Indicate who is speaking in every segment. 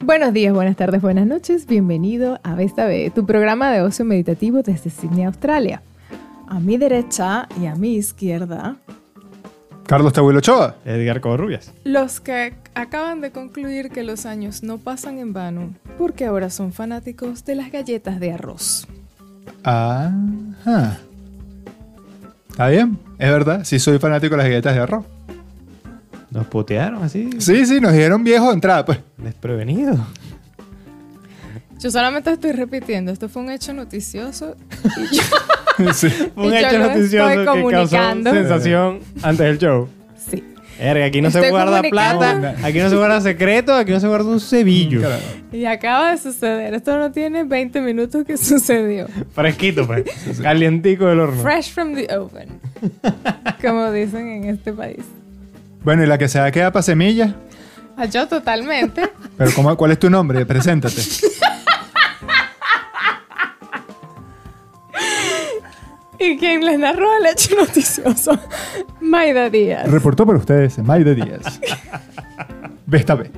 Speaker 1: Buenos días, buenas tardes, buenas noches. Bienvenido a Vesta B, tu programa de ocio meditativo desde Sydney, Australia. A mi derecha y a mi izquierda,
Speaker 2: Carlos Tabuelo Ochoa.
Speaker 3: Edgar Covarrubias.
Speaker 1: los que acaban de concluir que los años no pasan en vano, porque ahora son fanáticos de las galletas de arroz.
Speaker 2: Ajá. Está bien, es verdad. Sí, soy fanático de las galletas de arroz.
Speaker 3: Nos putearon así,
Speaker 2: Sí, sí, nos dijeron viejo de entrada, pues.
Speaker 3: desprevenidos.
Speaker 1: Yo solamente estoy repitiendo, esto fue un hecho noticioso.
Speaker 2: Sí.
Speaker 1: Y
Speaker 3: Un
Speaker 1: yo
Speaker 3: hecho
Speaker 1: lo estoy
Speaker 3: noticioso que causó
Speaker 1: comunicando.
Speaker 3: sensación antes del show.
Speaker 1: Sí.
Speaker 3: Verga, aquí no
Speaker 1: Estoy
Speaker 3: se guarda
Speaker 1: comunicando.
Speaker 3: plata, aquí no se guarda secreto, aquí no se guarda un cebillo.
Speaker 2: Claro.
Speaker 1: Y acaba de suceder, esto no tiene 20 minutos que sucedió.
Speaker 3: Fresquito, pues. Calientico del horno.
Speaker 1: Fresh from the oven, como dicen en este país.
Speaker 2: Bueno, y la que se va a quedar para semillas.
Speaker 1: Ah, Yo totalmente.
Speaker 2: Pero ¿cómo- ¿cuál es tu nombre? Preséntate.
Speaker 1: y quien les narró el hecho noticioso, Maida Díaz.
Speaker 2: Reportó para ustedes Maide Díaz. Vesta B.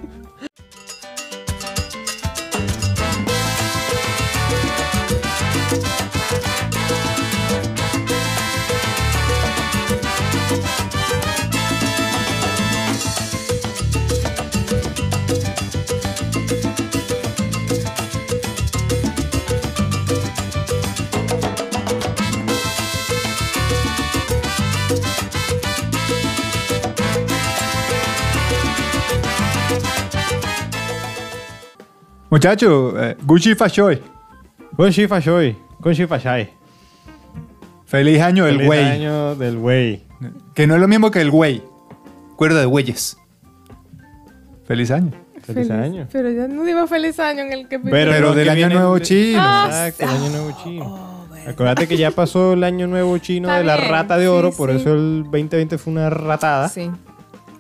Speaker 2: Muchacho, eh, Gucci Fashoy.
Speaker 3: Con Shifa Shoy. Con Shifa Shai.
Speaker 2: Feliz año del
Speaker 3: Feliz
Speaker 2: güey.
Speaker 3: año del güey.
Speaker 2: Que no es lo mismo que el güey. Cuerda de güeyes. Feliz año.
Speaker 3: Feliz año.
Speaker 1: Pero ya no digo feliz año en el que
Speaker 2: Pero,
Speaker 3: no,
Speaker 2: del
Speaker 3: que
Speaker 2: año
Speaker 3: viene- Ah,
Speaker 2: nuevo chino.
Speaker 1: Ah,
Speaker 3: Exacto, el año nuevo chino. Acuérdate que ya pasó el año nuevo chino
Speaker 1: Oh, Está
Speaker 3: de la
Speaker 1: bien,
Speaker 3: rata de
Speaker 1: sí,
Speaker 3: oro, por
Speaker 1: sí.
Speaker 3: eso el 2020 fue una ratada.
Speaker 1: Sí.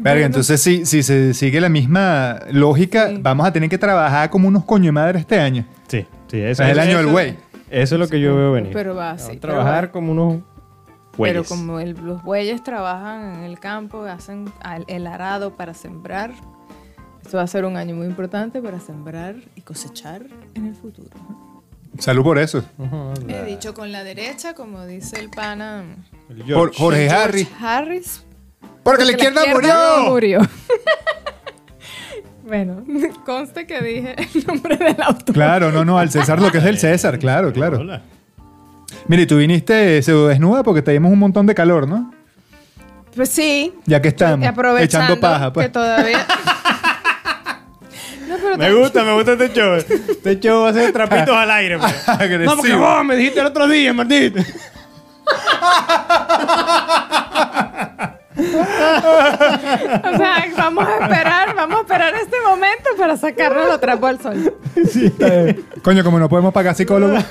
Speaker 2: Verga,
Speaker 1: Bueno,
Speaker 2: entonces si, si se sigue la misma lógica, vamos a tener que trabajar como unos coño de madre este año.
Speaker 3: Sí, sí,
Speaker 2: O
Speaker 3: eso
Speaker 2: sea, es el año
Speaker 3: eso-
Speaker 2: del güey.
Speaker 3: Eso es lo que yo veo venir.
Speaker 1: Pero va
Speaker 3: Vamos
Speaker 1: así.
Speaker 3: a trabajar como unos güeyes.
Speaker 1: Pero como el- los bueyes trabajan en el campo, hacen al- el arado para sembrar. Esto va a ser un año muy importante para sembrar y cosechar en el futuro.
Speaker 2: Salud por eso.
Speaker 3: Ujú,
Speaker 1: He
Speaker 3: la-
Speaker 1: dicho con la derecha, como dice el pana
Speaker 3: el
Speaker 2: Por
Speaker 3: George.
Speaker 2: Jorge
Speaker 1: George
Speaker 2: Harris.
Speaker 1: Harris.
Speaker 2: Porque la izquierda murió.
Speaker 1: murió. bueno, conste que dije el nombre del auto.
Speaker 2: Claro, no, no, al César lo que es del César, claro, claro.
Speaker 3: Hola.
Speaker 2: Mire, tú viniste pseudo desnuda porque te dimos un montón de calor, ¿no?
Speaker 1: Pues sí,
Speaker 2: Ya que estamos
Speaker 1: aprovechando
Speaker 2: echando paja,
Speaker 1: que
Speaker 2: pues.
Speaker 1: todavía... no, pero
Speaker 3: Me gusta, me gusta este show. Este show va a ser trapitos al aire. pues.
Speaker 2: Agresivo.
Speaker 3: No, porque vos me dijiste el otro día, Martín.
Speaker 1: O sea, vamos a esperar, vamos a esperar este momento para sacarnos los trapos al sol.
Speaker 2: Eh, Coño, como no podemos pagar psicólogos,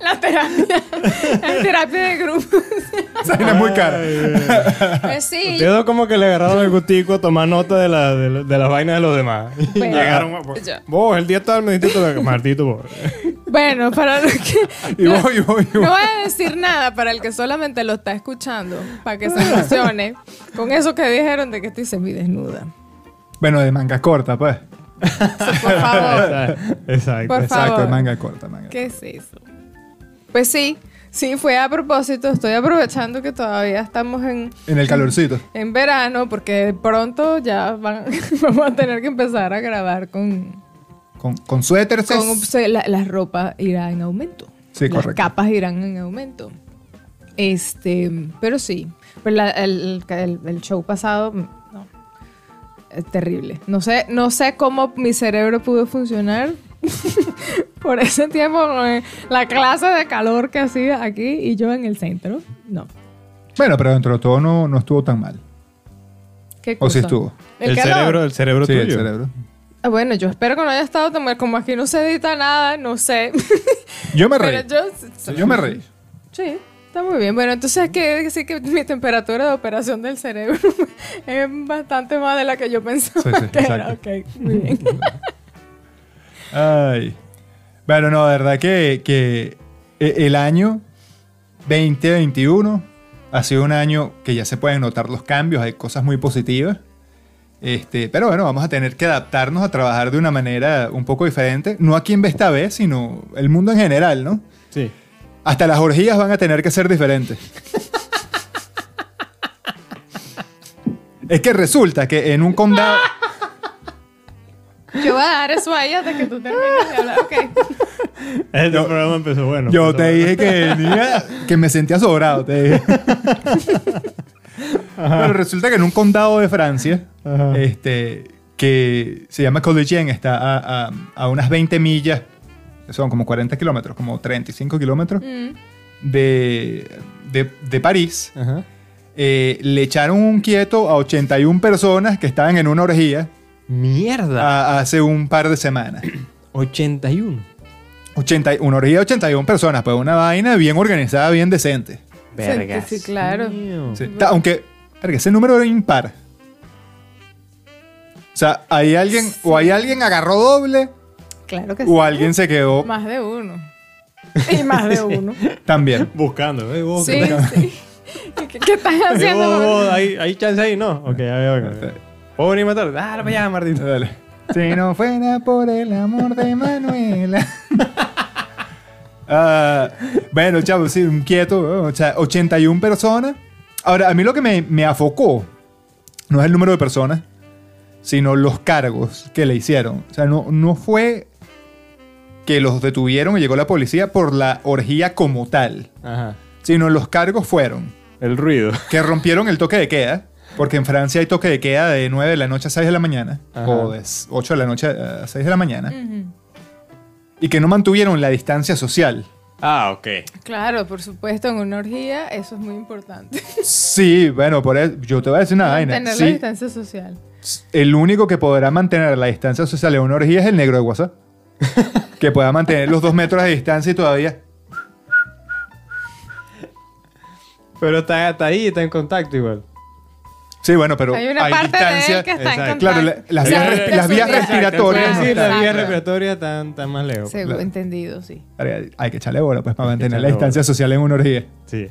Speaker 1: La terapia, la terapia de grupo.
Speaker 2: sale muy cara.
Speaker 1: Pues sí, yo,
Speaker 3: Ustedes como que le agarraron el gustico a tomar nota de, la, de, la- de las vainas de los demás. Y
Speaker 1: Bueno.
Speaker 3: Llegaron.
Speaker 1: Yo.
Speaker 3: Vos, el día tal me dijiste lo que. Martito, vos.
Speaker 1: bueno, para los que...
Speaker 2: Y voy, y voy, y
Speaker 1: No
Speaker 2: voy.
Speaker 1: voy a decir nada para el que solamente lo está escuchando, para que se emocione con eso que dijeron de que estoy semidesnuda.
Speaker 2: Bueno, de manga corta, pues.
Speaker 1: Por favor,
Speaker 3: Exacto.
Speaker 1: Por
Speaker 2: Exacto, de
Speaker 1: favor.
Speaker 2: manga corta, manga.
Speaker 1: ¿qué es eso? Pues sí, sí, fue a propósito, estoy aprovechando que todavía estamos en,
Speaker 2: En el calorcito.
Speaker 1: en verano, porque pronto ya van- vamos a tener que empezar a grabar con,
Speaker 2: Con, con suéteres.
Speaker 1: con pues, la, la ropa irá en aumento.
Speaker 2: Sí, correcto.
Speaker 1: Las capas irán en aumento. Este, pero sí. Pues la- el, el- el show pasado, mm, no. Es terrible. No sé, no sé cómo mi cerebro pudo funcionar por ese tiempo. eh, La clase de calor que hacía aquí y yo en el centro. No.
Speaker 2: Bueno, pero dentro de todo no, no estuvo tan mal.
Speaker 1: ¿Qué
Speaker 2: O
Speaker 1: cosa?
Speaker 2: sí estuvo.
Speaker 1: El,
Speaker 3: El,
Speaker 1: calor.
Speaker 3: cerebro, el cerebro
Speaker 2: Sí,
Speaker 3: tuyo.
Speaker 2: el cerebro.
Speaker 1: Ah, Bueno, yo espero que no haya estado tan mal. Como aquí no se edita nada, no sé.
Speaker 2: Yo me reí.
Speaker 1: Pero yo,
Speaker 2: Yo me reí.
Speaker 1: Sí, está muy bien. Bueno, entonces que decir que mi temperatura de operación del cerebro es bastante más de la que yo pensaba
Speaker 2: Sí, sí,
Speaker 1: que era.
Speaker 2: exacto.
Speaker 1: Ok, muy bien.
Speaker 2: Ay. Bueno, no, de verdad que, que e- el año 2021 ha sido un año que ya se pueden notar los cambios, hay cosas muy positivas. Este, pero bueno, vamos a tener que adaptarnos a trabajar de una manera un poco diferente. No aquí en Vesta B, sino el mundo en general, ¿no?
Speaker 3: Sí.
Speaker 2: Hasta las orgías van a tener que ser diferentes. es que resulta que en un condado.
Speaker 1: Yo voy a dar eso ahí hasta que tú termines de hablar. Ok.
Speaker 3: Este programa empezó bueno.
Speaker 2: Yo
Speaker 3: empezó
Speaker 2: te
Speaker 3: bueno.
Speaker 2: dije que, venía- que me sentía sobrado, te dije. Pero resulta que en un condado de Francia,
Speaker 3: Ajá.
Speaker 2: este, que se llama Colligien, está a, a- a unas 20 millas, son como 40 kilómetros, como 35 kilómetros,
Speaker 1: Mm.
Speaker 2: de, de- de París,
Speaker 3: Ajá.
Speaker 2: eh, le echaron un quieto a 81 personas que estaban en una orgía
Speaker 3: Mierda.
Speaker 2: a- hace un par de semanas.
Speaker 3: 81.
Speaker 2: 80, una orgía de 81 personas, pues una vaina bien organizada, bien decente.
Speaker 1: Vergas. Sí, claro.
Speaker 3: Mío.
Speaker 2: Sí, ta- aunque, verga, ese número era impar. O sea, hay alguien, o hay alguien agarró doble,
Speaker 1: Claro que sí.
Speaker 2: o alguien se quedó
Speaker 1: Más de uno. Y más de uno.
Speaker 2: también.
Speaker 3: Buscando, ¿eh? Vos,
Speaker 1: Sí,
Speaker 3: ¿qué tal?
Speaker 1: sí. ¿Qué, qué estás
Speaker 3: Eh, vos,
Speaker 1: haciendo?
Speaker 3: vos, ¿hay, hay chance ahí, ¿no? Ok, a ver, ok, ok. ¿Puedo venir más tarde? Dale para allá, Martín.
Speaker 2: Ah, Dale. Si no fuera por el amor de Manuela. Ah, bueno, chavos, sí, un quieto. weón. O sea, 81 personas. Ahora, a mí lo que me, me afocó no es el número de personas, sino los cargos que le hicieron. O sea, no, no fue que los detuvieron y llegó la policía por la orgía como tal,
Speaker 3: Ajá.
Speaker 2: sino los cargos fueron
Speaker 3: El ruido.
Speaker 2: que rompieron el toque de queda, porque en Francia hay toque de queda de 9 de la noche a 6 de la mañana,
Speaker 3: Ajá.
Speaker 2: o de 8 de la noche a 6 de la mañana,
Speaker 1: Ujú.
Speaker 2: y que no mantuvieron la distancia social.
Speaker 3: Ah, ok.
Speaker 1: Claro, por supuesto, en una orgía eso es muy importante.
Speaker 2: Sí, bueno, por eso, yo te voy a decir una vaina.
Speaker 1: Mantener la
Speaker 2: Sí,
Speaker 1: distancia social.
Speaker 2: el único que podrá mantener la distancia social en una orgía es el negro de WhatsApp, que pueda mantener los 2 metros de distancia y todavía...
Speaker 3: Pero está, está ahí, está en contacto igual.
Speaker 2: Sí, bueno, pero
Speaker 1: Hay una parte de él que está
Speaker 3: exacto.
Speaker 1: en contacto.
Speaker 2: Claro, la- las, vías,
Speaker 1: Exacto.
Speaker 2: re- las vías
Speaker 1: Exacto.
Speaker 2: respiratorias.
Speaker 1: Exacto.
Speaker 2: no
Speaker 3: Sí, las
Speaker 2: están.
Speaker 3: vías
Speaker 1: Exacto.
Speaker 3: respiratorias están, están más lejos.
Speaker 1: Según
Speaker 2: Claro.
Speaker 1: entendido, sí.
Speaker 2: Hay que echarle bola, pues, para mantener la
Speaker 3: echarle
Speaker 2: distancia
Speaker 3: bola.
Speaker 2: social en una orgía.
Speaker 3: Sí.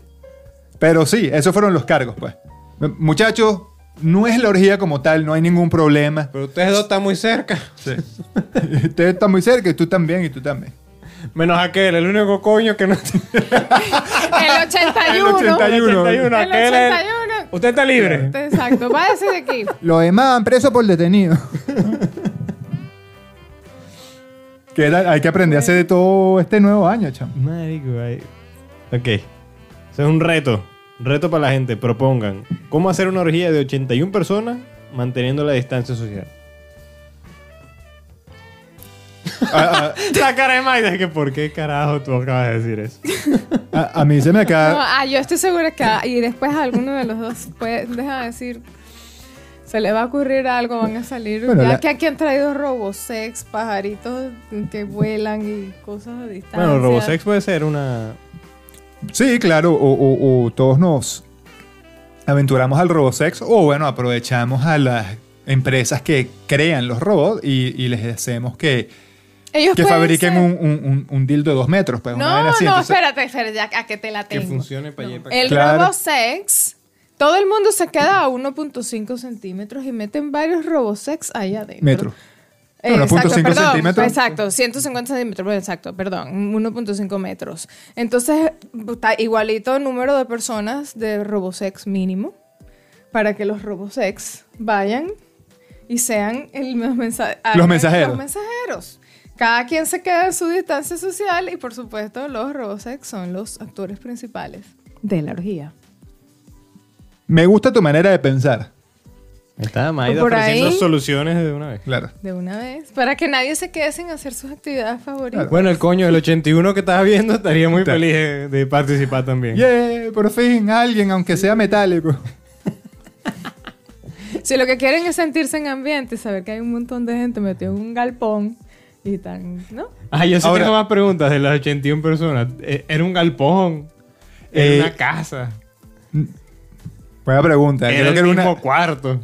Speaker 2: Pero sí, esos fueron los cargos, pues. M- Muchachos, no es la orgía como tal, no hay ningún problema.
Speaker 3: Pero ustedes dos están muy cerca.
Speaker 2: Usted está muy cerca y tú también y tú también.
Speaker 3: Menos aquel, el único coño que no
Speaker 1: El 81.
Speaker 2: El 81.
Speaker 1: El
Speaker 3: aquel es-
Speaker 1: 81.
Speaker 3: Usted está libre.
Speaker 1: Exacto. Va a decir aquí.
Speaker 2: Los demás han preso por detenido. que era- hay que aprender a hacer de todo este nuevo año, chamo.
Speaker 3: Marico, ay. Ok. Eso es un reto. Reto para la gente. Propongan. ¿Cómo hacer una orgía de 81 personas manteniendo la distancia social?
Speaker 2: A,
Speaker 3: Ah, La cara de Mike es que ¿por qué carajo tú acabas de decir eso?
Speaker 2: a- a- a mí se
Speaker 1: No,
Speaker 2: me acaba.
Speaker 1: ah, yo estoy segura que. ah, Y después alguno de los dos puede. Deja de decir. Se le va a ocurrir algo, van a salir.
Speaker 2: Bueno,
Speaker 1: ya
Speaker 2: la-
Speaker 1: que aquí han traído Robosex, pajaritos que vuelan y cosas a distancia.
Speaker 3: Bueno, Robosex puede ser una...
Speaker 2: Sí, claro, o, o- o todos nos aventuramos al robosex o bueno, aprovechamos a las empresas que crean los robots y, y les hacemos que
Speaker 1: Ellos
Speaker 2: que
Speaker 1: pueden
Speaker 2: fabriquen
Speaker 1: ser-
Speaker 2: un, un- un- un dildo de dos metros, pues. una
Speaker 1: No,
Speaker 2: vaina así,
Speaker 1: no,
Speaker 2: entonces-
Speaker 1: espérate, espérate, ya a que te la
Speaker 3: Que
Speaker 1: tengo.
Speaker 3: funcione para allá y para acá.
Speaker 1: El
Speaker 2: Claro.
Speaker 1: Robosex, todo el mundo se queda a 1.5 centímetros y meten varios Robosex allá adentro.
Speaker 2: Metro.
Speaker 1: Eh,
Speaker 2: No,
Speaker 1: exacto,
Speaker 2: 1.5
Speaker 1: perdón,
Speaker 2: centímetros.
Speaker 1: Exacto, 150 centímetros, bueno, exacto, perdón, 1.5 metros. Entonces, está igualito número de personas de Robosex mínimo para que los Robosex vayan y sean el- los, mensa- hagan
Speaker 2: mensajeros.
Speaker 1: los mensajeros. Cada quien se queda en su distancia social y, por supuesto, los Robosex son los actores principales de la orgía.
Speaker 2: Me gusta tu manera de pensar.
Speaker 3: Ahí Está Mike
Speaker 1: Por
Speaker 3: ofreciendo
Speaker 1: ahí.
Speaker 3: soluciones de una vez.
Speaker 2: Claro.
Speaker 1: De una vez, para que nadie se quede sin hacer sus actividades favoritas.
Speaker 3: Bueno, el coño del 81 que estás viendo estaría muy
Speaker 2: Está.
Speaker 3: feliz de, de participar también.
Speaker 2: Yeah, por fin, alguien, aunque sea metálico.
Speaker 1: Si lo que quieren es sentirse en ambiente, saber que hay un montón de gente metida en un galpón y tan, ¿no?
Speaker 3: Ah, yo sí
Speaker 2: Ahora-
Speaker 3: tengo más preguntas de las 81 personas. Eh, ¿Era un galpón? ¿Era
Speaker 2: Eh,
Speaker 3: una casa?
Speaker 2: Buena pregunta.
Speaker 3: ¿Era
Speaker 2: creo
Speaker 3: el
Speaker 2: que era una-
Speaker 3: mismo cuarto?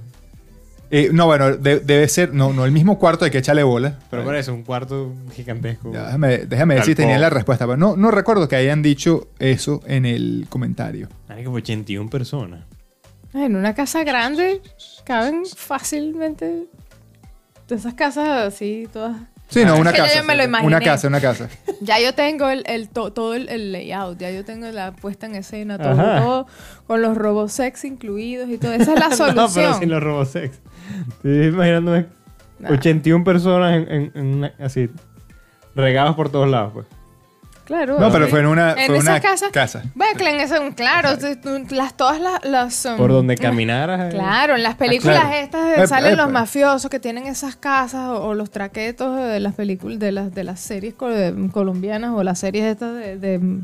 Speaker 2: Eh, no, bueno, de- debe ser. No, no el mismo cuarto hay que echarle bola.
Speaker 3: Pero por eso, un cuarto gigantesco.
Speaker 2: Ya, déjame déjame ver si
Speaker 3: Galpón.
Speaker 2: tenía la respuesta. pero No, no recuerdo que hayan dicho eso en el comentario.
Speaker 3: Marico, 81 personas.
Speaker 1: En una casa grande caben fácilmente de esas casas así, todas.
Speaker 2: Sí, no, una
Speaker 1: Ah, Es que ya
Speaker 2: casa.
Speaker 1: yo me lo imaginé.
Speaker 2: una casa, una casa.
Speaker 1: Ya yo tengo el, el to- todo el, el layout, ya yo tengo la puesta en escena, todo,
Speaker 3: Ajá.
Speaker 1: todo, con los robosex incluidos y todo. Esa es la solución.
Speaker 3: no, pero sin los robosex. Estoy imaginándome
Speaker 1: Nah.
Speaker 3: 81 personas en, en- en una- así, regados por todos lados. Pues.
Speaker 1: Claro.
Speaker 2: No,
Speaker 1: sí.
Speaker 2: pero fue en una,
Speaker 1: En
Speaker 2: fue
Speaker 1: esa
Speaker 2: una
Speaker 1: casa-
Speaker 2: casa.
Speaker 1: Bueno, que en ese, claro, tú- tú- las, todas las... las, um,
Speaker 3: Por donde caminaras. eh.
Speaker 1: Claro, en las películas
Speaker 2: Ah, claro.
Speaker 1: estas de- salen
Speaker 2: Epa,
Speaker 1: los
Speaker 2: epa.
Speaker 1: mafiosos que tienen esas casas o, o los traquetos de las películas, de las, de las series col- de- colombianas o las series estas de... de-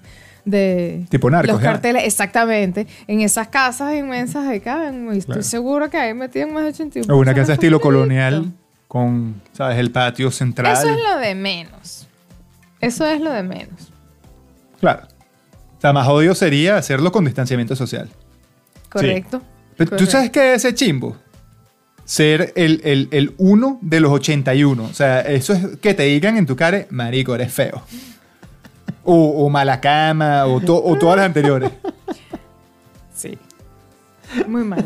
Speaker 1: de-
Speaker 2: Tipo narcos, ¿eh?
Speaker 1: Los
Speaker 2: ya.
Speaker 1: carteles, exactamente. En esas casas inmensas de caben. y Estoy
Speaker 2: Claro.
Speaker 1: seguro que ahí metían más de 81.
Speaker 2: O una casa
Speaker 1: personas
Speaker 2: estilo
Speaker 1: facilito.
Speaker 2: colonial con, ¿sabes? El patio central.
Speaker 1: Eso es lo de menos. Eso es lo de menos.
Speaker 2: Claro. O sea, más odio sería hacerlo con distanciamiento social.
Speaker 1: Correcto.
Speaker 2: Pero tú
Speaker 1: Correcto.
Speaker 2: sabes qué es ese chimbo. Ser el, el, el uno de los 81. O sea, eso es que te digan en tu cara, marico, eres feo. O, o mala cama, o, to- o todas las anteriores.
Speaker 1: Sí. Muy mal.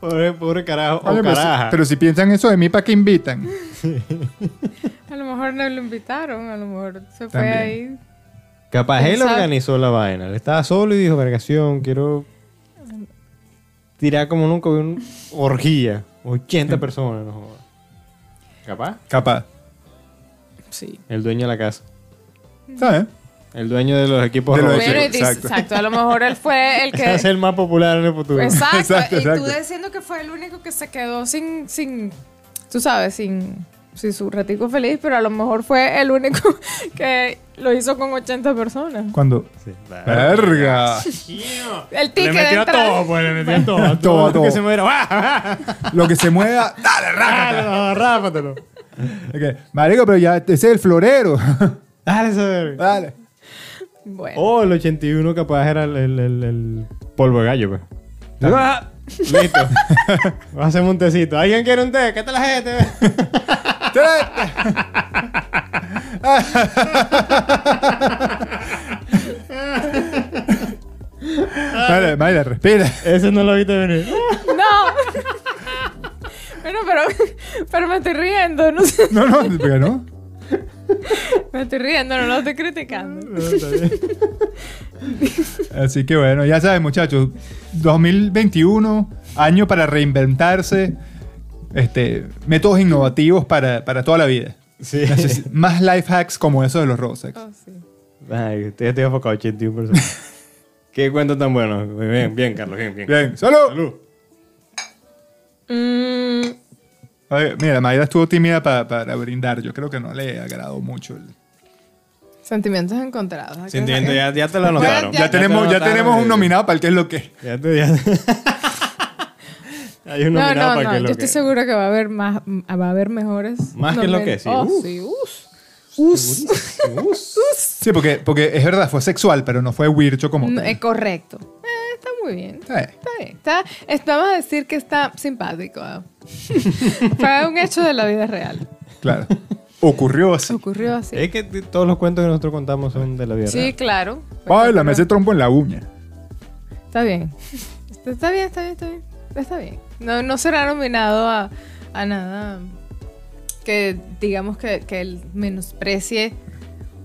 Speaker 3: Pobre, pobre carajo.
Speaker 2: Oye,
Speaker 3: o
Speaker 2: pero, si,
Speaker 3: caraja.
Speaker 2: pero si piensan eso de mí, ¿para qué invitan?
Speaker 1: A lo mejor no lo invitaron, a lo mejor se fue
Speaker 2: También.
Speaker 1: ahí.
Speaker 3: Capaz él
Speaker 1: Exacto.
Speaker 3: organizó la vaina. Él estaba solo y dijo, vergación, quiero tirar como nunca vi una orgía. 80 personas, no jodas. Capaz.
Speaker 2: Capaz.
Speaker 1: Sí.
Speaker 3: El dueño de la casa.
Speaker 2: ¿Sabes?
Speaker 3: El dueño de los equipos
Speaker 2: De los
Speaker 3: robots.
Speaker 2: equipos.
Speaker 1: Bueno, y dice-
Speaker 2: exacto.
Speaker 1: exacto. A lo mejor él fue el
Speaker 3: Ese
Speaker 1: que.
Speaker 3: es el más popular en el futuro.
Speaker 1: Exacto.
Speaker 2: Exacto,
Speaker 1: Y tú
Speaker 2: exacto.
Speaker 1: diciendo que fue el único que se quedó sin. sin tú sabes, sin, sin su ratico feliz, pero a lo mejor fue el único que lo hizo con 80 personas.
Speaker 2: Cuando.
Speaker 3: Sí, claro.
Speaker 2: ¡Verga!
Speaker 1: El
Speaker 3: Ah, Le
Speaker 1: ticket de
Speaker 3: metió a
Speaker 1: entrada.
Speaker 3: todo, pues, le metió a todo. A
Speaker 2: Todo,
Speaker 3: todo,
Speaker 2: a todo.
Speaker 3: que se muera. ¡Ah!
Speaker 2: Lo que se mueva. ¡Dale, rájate!
Speaker 3: ¡Ah! ¡Rápatelo!
Speaker 2: Ok, Marico, pero ya ese es el florero.
Speaker 3: ¡Dale, esa verga.
Speaker 2: Dale.
Speaker 1: Bueno.
Speaker 3: Oh, el 81 capaz era el, el, el- el polvo de gallo, pues. Ah, Listo. Vamos a hacer un tecito. ¿Alguien quiere un té? ¿Qué tal la gente?
Speaker 2: Dale, Mayra, respira.
Speaker 3: Ese no lo viste venir.
Speaker 1: ¡No! bueno, pero, pero me estoy riendo. No sé.
Speaker 2: No, no, pero no.
Speaker 1: Me estoy riendo, no lo estoy criticando.
Speaker 2: Así que bueno, ya saben, muchachos. 2021, año para reinventarse. Este, métodos innovativos para, para toda la vida.
Speaker 3: Sí.
Speaker 2: Neces- Más life hacks como esos de los
Speaker 3: Mm.
Speaker 2: Rosex.
Speaker 1: Oh, sí.
Speaker 3: Ay, estoy, estoy enfocado 81 personas. Qué cuento tan bueno. Muy Bien, bien, Carlos. Bien, bien.
Speaker 2: Bien, salud.
Speaker 3: Salud.
Speaker 1: Mm,
Speaker 2: Ay, Mira, Mayra estuvo tímida pa- para brindar. Yo creo que no le agradó mucho. el-
Speaker 1: sentimientos encontrados. Hay que-
Speaker 3: Sí, entiendo, ya, ya te lo anotaron.
Speaker 2: Ya, tenemos,
Speaker 3: te lo
Speaker 2: ya tenemos
Speaker 3: anotaron.
Speaker 2: un nominado para el que es lo que.
Speaker 3: Ya te, ya Hay un
Speaker 1: No,
Speaker 3: nominado
Speaker 1: no,
Speaker 3: para
Speaker 1: no.
Speaker 3: que
Speaker 1: Yo
Speaker 3: lo que-
Speaker 1: estoy segura que va a haber más, m- va a haber mejores.
Speaker 3: Más que lo que, sí.
Speaker 1: Oh,
Speaker 3: Uf.
Speaker 1: sí. Us. Us.
Speaker 2: Sí, porque, porque es verdad, fue sexual, pero no fue wircho como
Speaker 1: No, eh.
Speaker 2: tal.
Speaker 1: es Mm, correcto. Eh, está muy bien.
Speaker 2: Eh,
Speaker 1: Está bien. Está, está- vamos a decir que está simpático. ah. Fue un hecho de la vida real.
Speaker 2: claro. Ocurrió así.
Speaker 1: Ocurrió así.
Speaker 3: Es que t- todos los cuentos que nosotros contamos son de la vida
Speaker 1: Sí,
Speaker 3: real.
Speaker 1: claro.
Speaker 2: la me ese trompo en la uña.
Speaker 1: Está bien. Está, está bien, está bien, está bien. Está bien. No, no será nominado a, a nada que digamos que, que él menosprecie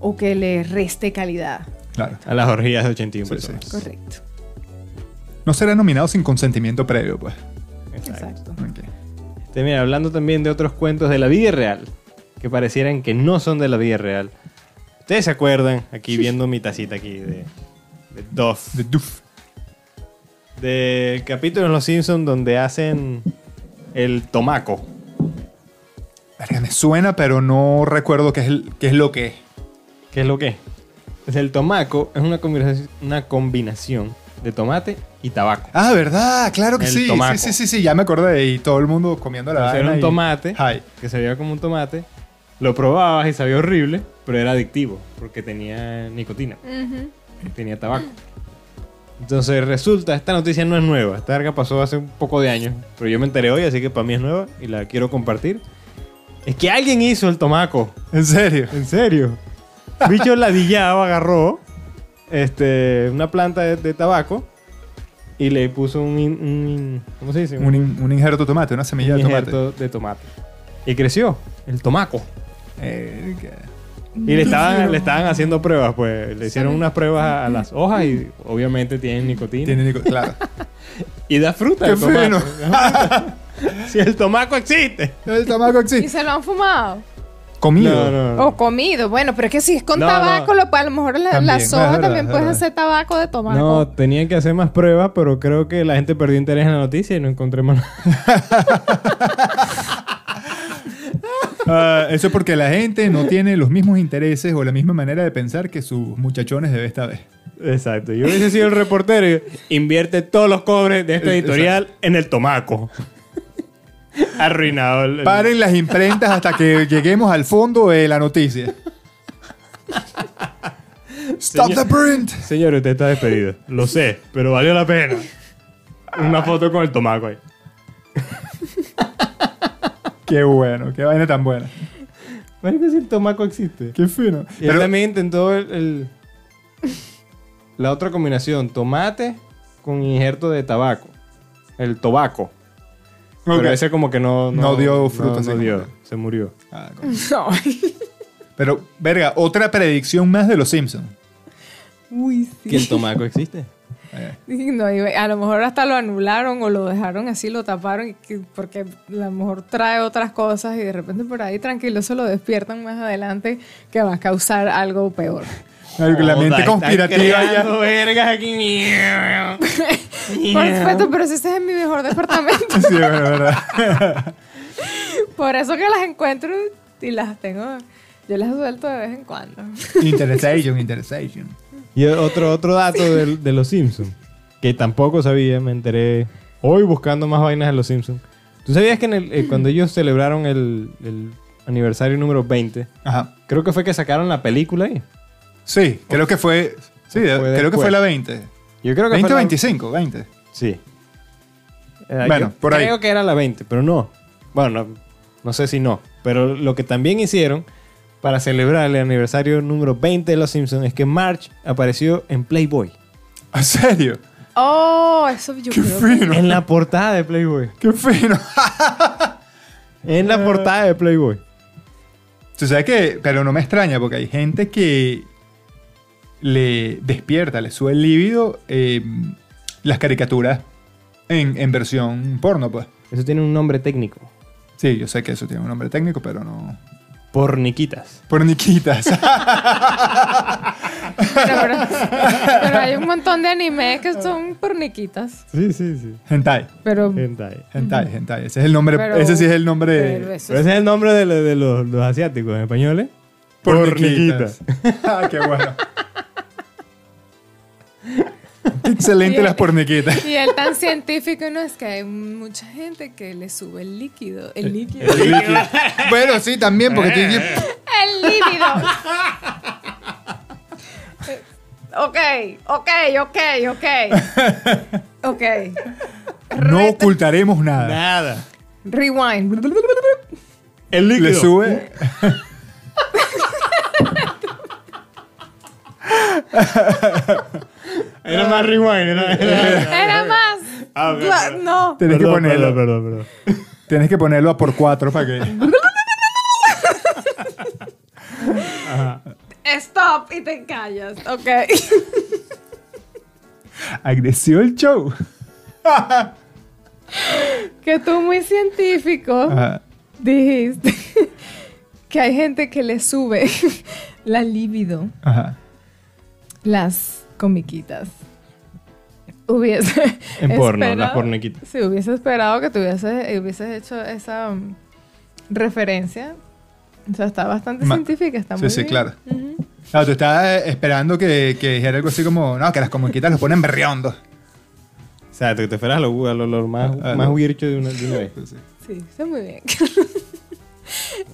Speaker 1: o que le reste calidad.
Speaker 2: Claro.
Speaker 3: A las orgías de 81
Speaker 2: Sí,
Speaker 3: personas.
Speaker 1: Correcto.
Speaker 2: No será nominado sin consentimiento previo, pues.
Speaker 1: Exacto.
Speaker 3: Exacto.
Speaker 2: Ok.
Speaker 3: Este, mira, hablando también de otros cuentos de la vida real, que parecieran que no son de la vida real. ¿Ustedes se acuerdan? Aquí viendo mi tacita aquí de, de Dove.
Speaker 2: The doof.
Speaker 3: Del capítulo en Los Simpsons donde hacen el tomaco.
Speaker 2: Verga, me suena, pero no recuerdo qué es, el- qué es lo que es.
Speaker 3: ¿Qué es lo que es? Pues el tomaco es una, combinación- una combinación de tomate y tabaco.
Speaker 2: Ah, ¿verdad? Claro que
Speaker 3: El
Speaker 2: sí.
Speaker 3: tomaco.
Speaker 2: Sí, sí, sí, sí, ya me acordé. Y todo el mundo comiendo la
Speaker 3: Entonces, era
Speaker 2: vaina
Speaker 3: un
Speaker 2: y-
Speaker 3: tomate
Speaker 2: Ay.
Speaker 3: que se veía como un tomate. Lo probabas y sabía horrible, pero era adictivo porque tenía nicotina,
Speaker 1: Ujú.
Speaker 3: tenía tabaco. Entonces resulta, esta noticia no es nueva, esta verga pasó hace un poco de años, pero yo me enteré hoy, así que para mí es nueva y la quiero compartir. Es que alguien hizo el tomaco,
Speaker 2: En serio.
Speaker 3: en serio. Bicho ladillado agarró este, una planta de, de tabaco y le puso un, in- un in- ¿cómo se dice?
Speaker 2: Un, in- un injerto de tomate, una semilla
Speaker 3: un
Speaker 2: de tomate.
Speaker 3: injerto de tomate. Y creció, el tomaco.
Speaker 2: Eh, que-
Speaker 3: Y le
Speaker 2: Mm.
Speaker 3: estaban, le estaban haciendo pruebas, pues. Le hicieron unas pruebas a, a las hojas y obviamente tienen nicotina.
Speaker 2: tiene nico- claro.
Speaker 3: Y da fruta
Speaker 2: ¡Qué
Speaker 3: el tomaco.
Speaker 2: fino!
Speaker 3: si el tomaco existe.
Speaker 2: El tabaco
Speaker 1: Y
Speaker 2: existe.
Speaker 1: se lo han fumado.
Speaker 2: Comido.
Speaker 3: Oh,
Speaker 1: O comido. Bueno, pero es que si es con
Speaker 3: Ah. No, no.
Speaker 1: tabaco, lo- a lo mejor la-
Speaker 2: También,
Speaker 1: las
Speaker 2: es
Speaker 1: hojas
Speaker 2: verdad,
Speaker 1: también
Speaker 2: es
Speaker 1: puedes
Speaker 2: verdad.
Speaker 1: hacer tabaco de tomate.
Speaker 3: No, tenían que hacer más pruebas, pero creo que la gente perdió interés en la noticia y no encontré más. nada.
Speaker 2: Ah, eso porque la gente no tiene los mismos intereses o la misma manera de pensar que sus muchachones de esta vez.
Speaker 3: Exacto. Yo hubiese sido el reportero. y Invierte todos los cobres de esta editorial en el tomaco. Arruinado. el- el-
Speaker 2: Paren las imprentas hasta que lleguemos al fondo de la noticia. Stop
Speaker 3: Señor-
Speaker 2: the print.
Speaker 3: Señor, usted está despedido. Lo sé, pero valió la pena. Una foto con el tomaco ahí.
Speaker 2: Qué bueno, qué vaina tan buena.
Speaker 3: Marico, si el tomaco existe.
Speaker 2: Qué fino.
Speaker 3: Y él también intentó el, el- la otra combinación, tomate con injerto de tabaco. El tobaco.
Speaker 2: Ok.
Speaker 3: Pero ese como que no...
Speaker 2: No dio fruto,
Speaker 3: no-
Speaker 2: sí.
Speaker 3: No, dio, se murió.
Speaker 2: Ah, coño.
Speaker 1: No.
Speaker 2: Pero, verga, otra predicción más de los Simpsons.
Speaker 1: Uy,
Speaker 3: Que el
Speaker 1: sí.
Speaker 3: tomaco existe.
Speaker 2: Eh,
Speaker 1: No, y a lo mejor hasta lo anularon o lo dejaron así, lo taparon, y que- porque a lo mejor trae otras cosas y de repente por ahí tranquilo se lo despiertan más adelante que va a causar algo peor.
Speaker 2: la mente conspirativa ya.
Speaker 3: vergas aquí.
Speaker 1: Por supuesto, pero si este es en mi mejor departamento.
Speaker 2: Sí, bueno, verdad.
Speaker 1: Por eso que las encuentro y las tengo. Yo las suelto de vez en cuando.
Speaker 2: Interesation, interesation.
Speaker 3: Y otro, otro dato del- de, los Simpsons, que tampoco sabía, me enteré hoy buscando más vainas de los Simpsons. ¿Tú sabías que en el- eh, cuando ellos celebraron el, el aniversario número 20,
Speaker 2: Ajá.
Speaker 3: creo que fue que sacaron la película ahí?
Speaker 2: Sí, creo que fue. Sí, creo que
Speaker 3: después.
Speaker 2: fue la 20.
Speaker 3: Yo creo que
Speaker 2: 20
Speaker 3: fue
Speaker 2: o
Speaker 3: la-
Speaker 2: 25, 20.
Speaker 3: Sí. Eh,
Speaker 2: Bueno,
Speaker 3: yo
Speaker 2: por ahí.
Speaker 3: Creo que era la 20, pero no. Bueno, no, no sé si no. Pero lo que también hicieron para celebrar el aniversario número 20 de Los Simpsons es que March apareció en Playboy.
Speaker 2: ¿En serio?
Speaker 1: Oh, eso yo
Speaker 2: ¡Qué
Speaker 1: creo que-
Speaker 2: fino!
Speaker 3: En la portada de Playboy.
Speaker 2: ¡Qué fino!
Speaker 3: En la portada de Playboy.
Speaker 2: Tú sabes que, pero no me extraña porque hay gente que le despierta, le sube el líbido eh, las caricaturas en, en versión porno, pues.
Speaker 3: Eso tiene un nombre técnico.
Speaker 2: Sí, yo sé que eso tiene un nombre técnico, pero no.
Speaker 3: Porniquitas.
Speaker 2: Porniquitas.
Speaker 1: Pero, pero- pero hay un montón de anime que son porniquitas.
Speaker 3: Sí, sí, sí.
Speaker 2: hentai.
Speaker 1: Pero,
Speaker 2: Eh,
Speaker 3: Hentai.
Speaker 2: Hentai, hentai. Ese es el nombre.
Speaker 1: pero-
Speaker 2: ese sí es el
Speaker 1: pero
Speaker 2: nombre.
Speaker 1: eso
Speaker 3: Pero ese es el nombre de, lo- de los, los asiáticos en ¿eh? españoles.
Speaker 2: Porniquitas. ah, qué bueno. Qué Excelente las porniquitas.
Speaker 1: Y él tan científico, no, es que hay mucha gente que le sube el líquido. El líquido.
Speaker 2: Eh, El líquido. bueno, sí, también, porque tiene que-
Speaker 1: El líquido. ok, ok, ok, ok. Ok.
Speaker 2: No ocultaremos nada.
Speaker 3: Nada.
Speaker 1: Rewind.
Speaker 3: El líquido.
Speaker 2: Le sube.
Speaker 3: Era más rewind. Era, era-
Speaker 1: Era más.
Speaker 3: Ah, ok,
Speaker 1: Gla-
Speaker 3: ok.
Speaker 1: No.
Speaker 2: Tienes que
Speaker 3: Perdón,
Speaker 2: ponerlo.
Speaker 3: perdón, perdón, perdón.
Speaker 2: Tienes que ponerlo a por cuatro para que.
Speaker 1: Stop y te callas. Ok.
Speaker 2: Agresió el show.
Speaker 1: que tú muy científico
Speaker 3: Ah.
Speaker 2: Ajá.
Speaker 1: dijiste que hay gente que le sube la libido.
Speaker 2: Ajá.
Speaker 1: las comiquitas. Hubiese.
Speaker 3: En porno, las
Speaker 1: esperado-
Speaker 3: porniquitas.
Speaker 1: Sí, hubiese esperado que tuviese, hubiese hecho esa um, referencia. O sea, está bastante
Speaker 2: Ma-
Speaker 1: científica, está
Speaker 2: Sí,
Speaker 1: muy
Speaker 2: sí,
Speaker 1: bien.
Speaker 2: claro. Claro, tú estabas eh, esperando que, que dijera algo así como, no, que las comiquitas los ponen berriondos.
Speaker 3: O sea, te, te esperas lo, lo- lo más,
Speaker 2: Ah,
Speaker 3: más
Speaker 2: no.
Speaker 3: huircho de una, de una vez.
Speaker 1: Sí, está muy bien.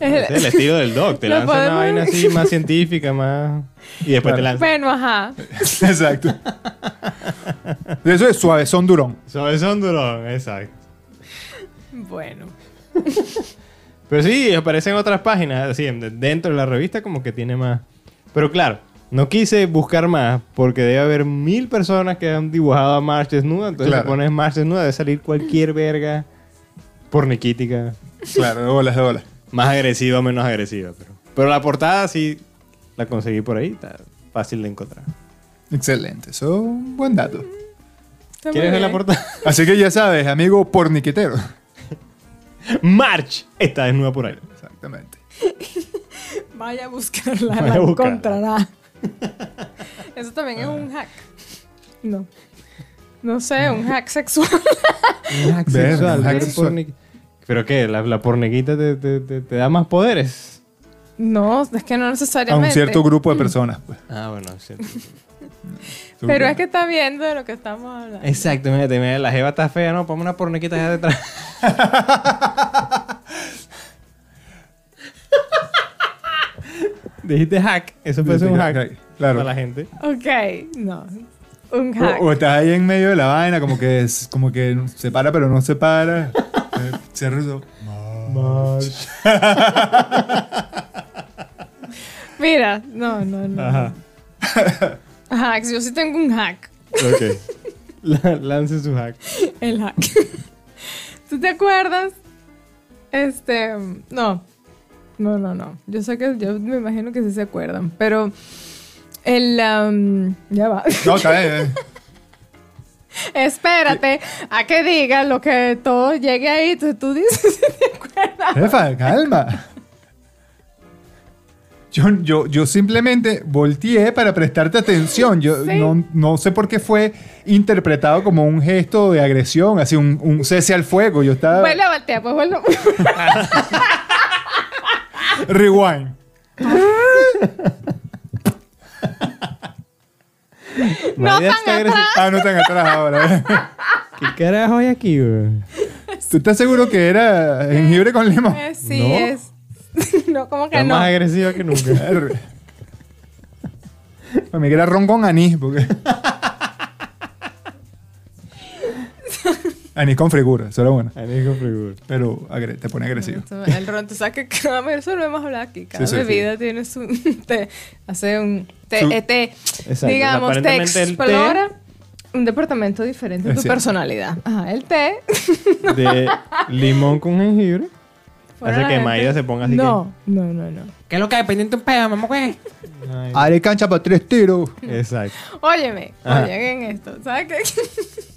Speaker 3: Ese es el estilo del doc. Te
Speaker 1: Lo
Speaker 3: lanza una
Speaker 1: podemos-
Speaker 3: vaina así más científica, más... Y después te
Speaker 2: Claro.
Speaker 3: lanza...
Speaker 1: bueno, ajá.
Speaker 2: Exacto. Eso es suave, son durón.
Speaker 3: Suavezón durón, exacto.
Speaker 1: Bueno.
Speaker 3: Pero sí, aparecen otras páginas, así, en- dentro de la revista como que tiene más... Pero claro, No quise buscar más porque debe haber mil personas que han dibujado a March desnuda. Entonces
Speaker 2: Claro.
Speaker 3: le pones March desnuda, debe salir cualquier verga porniquítica.
Speaker 2: Claro, de bolas, de bolas.
Speaker 3: Más agresiva o menos agresiva. Pero, pero la portada sí la conseguí por ahí. Está fácil de encontrar.
Speaker 2: Excelente, eso es un buen dato.
Speaker 1: Está muy
Speaker 3: ¿Quieres ver la
Speaker 1: bien.
Speaker 3: portada?
Speaker 2: Así que ya sabes, amigo porniquetero.
Speaker 3: March está desnuda por ahí.
Speaker 2: Exactamente.
Speaker 1: Vaya a buscarla,
Speaker 3: Vaya
Speaker 1: la
Speaker 3: a buscarla.
Speaker 1: encontrará. Eso también es un hack. No. No sé, un hack sexual.
Speaker 2: Verga,
Speaker 3: sexual,
Speaker 2: un hack
Speaker 3: ver
Speaker 2: sexual.
Speaker 3: porni- ¿Pero qué? ¿La, la pornequita te, te- te- te da más poderes?
Speaker 1: No, es que no
Speaker 2: A
Speaker 1: necesariamente.
Speaker 2: un cierto grupo de personas. Pues.
Speaker 3: Ah, bueno, sí.
Speaker 1: Pero es que está viendo de lo que estamos hablando.
Speaker 3: Exacto, imagínate, mira, la jeva está fea, no, ponme una pornequita allá detrás. Dijiste hack, eso puede ser un hack para la
Speaker 2: Claro.
Speaker 3: gente.
Speaker 1: Ok, no. Un hack.
Speaker 2: O, o estás ahí en medio de la vaina, como que, es- como que se para, pero no se para. Eh, Cierra eso.
Speaker 1: Mira, no, no, no.
Speaker 3: Ajá,
Speaker 1: Hacks, yo sí tengo un hack.
Speaker 3: ok. La- lance su hack.
Speaker 1: El hack. ¿Tú te acuerdas? Este, no. No, no, no. Yo sé que, yo me imagino que sí se acuerdan, pero el, am, ya va.
Speaker 2: No, está bien. eh.
Speaker 1: Espérate a que diga lo que todo llegue ahí, tú, tú dices si te acuerdas.
Speaker 2: Jefa, calma. Yo, yo, yo simplemente volteé para prestarte atención. Yo
Speaker 1: Sí.
Speaker 2: no, no sé por qué fue interpretado como un gesto de agresión, así un, un cese al fuego. Yo estaba.
Speaker 1: Vuelve a voltear, pues vuelve.
Speaker 2: Rewind.
Speaker 3: María
Speaker 1: tan
Speaker 3: está agresiva.
Speaker 2: Ah, no tan atrás ahora. eh.
Speaker 3: ¿Qué carajo hay aquí, güey?
Speaker 2: ¿Tú estás seguro que era jengibre con limón?
Speaker 1: Eh, sí,
Speaker 3: No.
Speaker 1: es. no, como que
Speaker 3: Está
Speaker 1: no.
Speaker 3: más agresiva que nunca.
Speaker 2: Verga. Para mí que era ron con anís, porque. anís con figura, eso era bueno.
Speaker 3: Anico Frigur.
Speaker 2: Pero agre- te pone agresivo.
Speaker 1: Esto- El ron, tú sabes que cada vez eso lo hemos hablado aquí. Cada
Speaker 2: sí, sí.
Speaker 1: bebida tiene su. Te hace un. Te,
Speaker 2: Su-
Speaker 1: eh, te-
Speaker 3: Exacto,
Speaker 1: digamos, te
Speaker 3: aparentemente el té-
Speaker 1: explora un departamento diferente en
Speaker 2: Es
Speaker 1: tu
Speaker 2: cierto.
Speaker 1: personalidad. Ajá, el té.
Speaker 3: De limón con jengibre.
Speaker 1: fuera
Speaker 3: Hace
Speaker 1: la
Speaker 3: que
Speaker 1: gente-
Speaker 3: Maida se ponga así
Speaker 1: No, no, no, no.
Speaker 4: ¿Qué es lo que hay? Pendiente un pedo, mamá, güey.
Speaker 3: Ay,
Speaker 2: Haré cancha para tres tiros.
Speaker 3: pues". Exacto.
Speaker 1: Óyeme,
Speaker 3: Ajá.
Speaker 1: oigan esto. ¿Sabes qué?